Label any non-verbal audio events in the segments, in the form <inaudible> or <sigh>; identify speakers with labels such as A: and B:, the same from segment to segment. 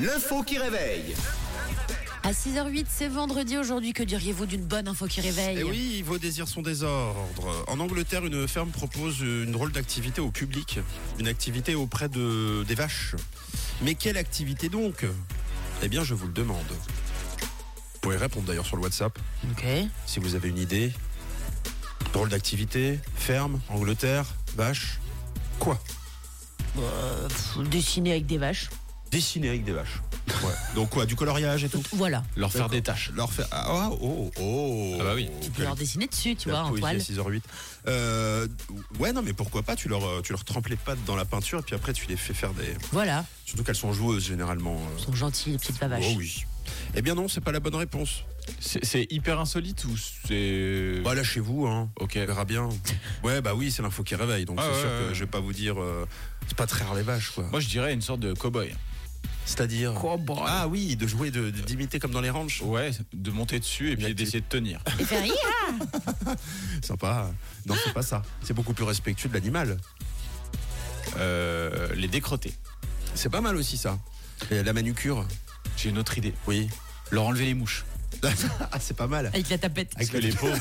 A: L'info qui réveille.
B: À 6h08, c'est vendredi aujourd'hui. Que diriez-vous d'une bonne info qui réveille
C: Eh oui, vos désirs sont désordres. En Angleterre, une ferme propose une drôle d'activité au public, une activité auprès de des vaches. Mais quelle activité donc Eh bien, je vous le demande. Vous pouvez répondre d'ailleurs sur le WhatsApp
B: Ok. Euh,
C: si vous avez une idée. Drôle d'activité, ferme, Angleterre, vaches. Quoi
B: Euh, pff, dessiner avec des vaches.
C: Oh. Dessiner avec des vaches. Ouais. Donc quoi, du coloriage et tout
B: Voilà.
D: Leur faire des tâches.
C: Leur faire ah oh oh
D: Ah bah oui.
B: Tu peux leur dessiner dessus, tu
C: La
B: vois, en
C: poésie à
B: toile.
C: 6h08. Euh, ouais, non, mais pourquoi pas Tu leur, euh, tu leur trempes les pattes dans la peinture et puis après tu les fais faire des.
B: Voilà.
C: Surtout qu'elles sont joueuses généralement. euh.
B: Ils sont gentils, les petites vaches.
C: Oh oui. Eh bien non, c'est pas la bonne réponse.
D: C'est c'est hyper insolite ou c'est.
C: Bah là chez vous, hein.
D: Ok.
C: On verra bien. Ouais, bah oui, c'est l'info qui réveille. Donc
D: Ah
C: c'est
D: ouais,
C: sûr
D: ouais,
C: que
D: ouais.
C: je vais pas vous dire. euh, c'est pas très rare les vaches, quoi.
D: Moi je dirais une sorte de cow-boy.
C: C'est-à-dire. Ah oui, de jouer, de- de- d'imiter comme dans les ranchs.
D: Ouais, de monter dessus et puis
C: activité.
D: d'essayer de tenir.
C: <laughs>
B: Et faire rire.
C: Sympa. Non, c'est pas ça. C'est beaucoup plus respectueux de l'animal.
D: Euh, les décrotter.
C: C'est pas mal aussi ça. Et La manucure. <laughs>
D: J'ai une autre idée.
C: Oui.
D: Leur enlever les mouches.
C: ah, c'est pas mal.
B: Avec la tapette.
C: Avec
D: Parce que les pauvres,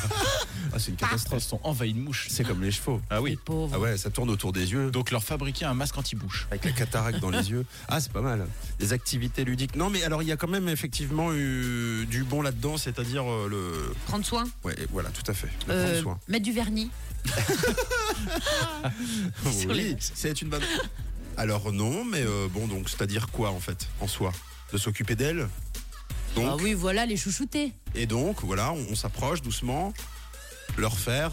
C: Ah, c'est une
D: ils
C: catastrophe.
D: sont envahis de mouches.
C: C'est comme les chevaux.
D: Ah
B: Les
D: oui.
B: pauvres.
C: Ah ouais, ça tourne autour des yeux,
D: Donc leur fabriquer un masque anti-bouche.
C: avec la cataracte dans les yeux. Ah, c'est pas mal. Des activités ludiques. Non, mais alors il y a quand même effectivement eu du bon là-dedans, c'est-à-dire euh, le.
B: Prendre soin.
C: Ouais, voilà, tout à fait. Le
B: Euh,
C: prendre
B: mettre du vernis.
C: soin.
B: <laughs> sur les
C: Oui, c'est une bonne. Alors non, mais euh, bon, donc c'est-à-dire quoi en fait, en soi De s'occuper d'elle Donc,
B: Ah oui, voilà, les chouchouter.
C: Et donc, voilà, on, on s'approche doucement, leur faire.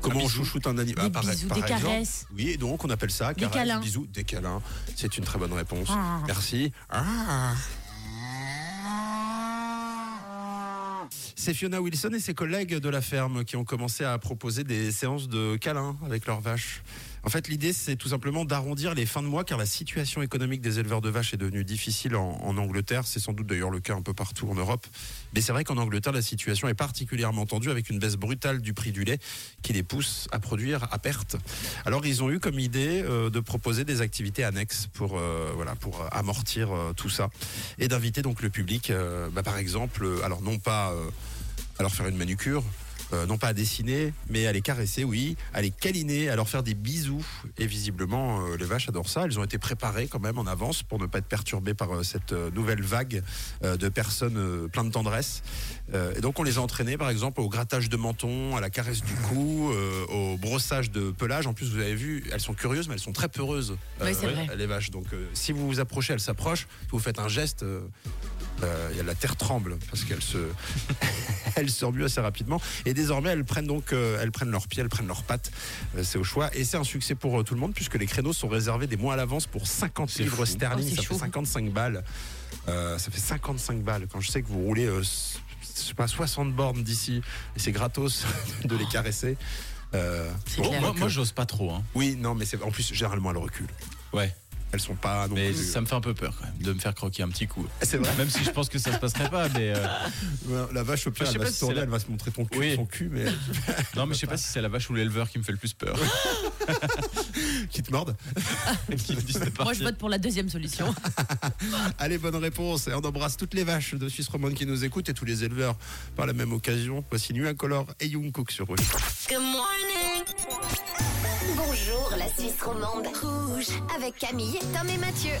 C: Comment on
D: bisou.
C: chouchoute un animal Ah,
B: Des bisous, des caresses.
C: Oui, et donc on appelle ça
B: Des
C: caresses,
B: câlins.
C: bisous, des câlins. C'est une très bonne réponse.
B: Ah.
C: Merci. Ah. C'est Fiona Wilson et ses collègues de la ferme qui ont commencé à proposer des séances de câlins avec leurs vaches. En fait, l'idée, c'est tout simplement d'arrondir les fins de mois car la situation économique des éleveurs de vaches est devenue difficile en, en Angleterre. C'est sans doute d'ailleurs le cas un peu partout en Europe. Mais c'est vrai qu'en Angleterre, la situation est particulièrement tendue avec une baisse brutale du prix du lait qui les pousse à produire à perte. Alors, ils ont eu comme idée euh, de proposer des activités annexes pour, euh, voilà, pour euh, amortir euh, tout ça et d'inviter donc le public, euh, bah, par exemple, euh, alors non pas euh, à leur faire une manucure, euh, non pas à dessiner, mais à les caresser, oui, à les câliner, à leur faire des bisous. Et visiblement, euh, les vaches adorent ça. Elles ont été préparées quand même en avance pour ne pas être perturbées par euh, cette euh, nouvelle vague euh, de personnes euh, pleines de tendresse. Euh, et donc, on les a entraînées, par exemple, au grattage de menton, à la caresse du cou, euh, au brossage de pelage. En plus, vous avez vu, elles sont curieuses, mais elles sont très peureuses,
B: Oui, c'est vrai.
C: les vaches. Donc, euh, si vous vous approchez, elles s'approchent. Si vous faites un geste, euh, euh, y a- la terre tremble parce qu'elle se <laughs> elle se remue assez rapidement. Et désormais, elles prennent donc, euh, elles prennent leurs pieds, elles prennent leurs pattes. Euh, c'est au choix. Et c'est un succès pour euh, tout le monde puisque les créneaux sont réservés des mois à l'avance pour 50
D: C'est
C: livres
D: fou.
C: sterling.
B: Oh, c'est
C: ça
B: chaud.
C: fait 55 balles. Euh, ça fait 55 balles. Quand je sais que vous roulez, euh, s- je sais pas, 60 bornes d'ici, et c'est gratos <laughs> de les caresser. Euh,
B: C'est
C: bon,
B: clair.
D: Oh, moi,
C: donc,
D: moi,
C: euh,
D: j'ose pas trop. Hein.
C: oui, non, mais c'est en plus généralement elles reculent.
D: Ouais.
C: Elles sont pas non
D: Mais
C: plus-
D: ça me fait un peu peur quand même de me faire croquer un petit coup.
C: euh, C'est
D: <laughs>
C: vrai.
D: Même si je pense que ça se passerait pas, mais.
C: <laughs>
D: euh,
C: Ouais, La vache au pire,
D: Je sais
C: elle va
D: pas
C: se
D: si
C: tourner,
D: c'est la-
C: elle va se montrer ton cul,
D: Oui.
C: son cul,
D: <laughs>
C: mais
D: Non, mais je sais pas si c'est la vache ou l'éleveur qui me fait le
C: <laughs>
D: plus peur.
C: qui te morde.
D: qui me disent de
B: Moi, je
D: partir.
B: vote pour la deuxième solution.
C: <laughs> Allez, bonne réponse. Et on embrasse toutes les vaches de Suisse romande qui nous écoutent et tous les éleveurs par la même occasion. Voici Nuit Incolore et Young Cook sur Rouge.
E: Good morning.
F: Bonjour la Suisse romande. Rouge avec Camille, Tom et Mathieu.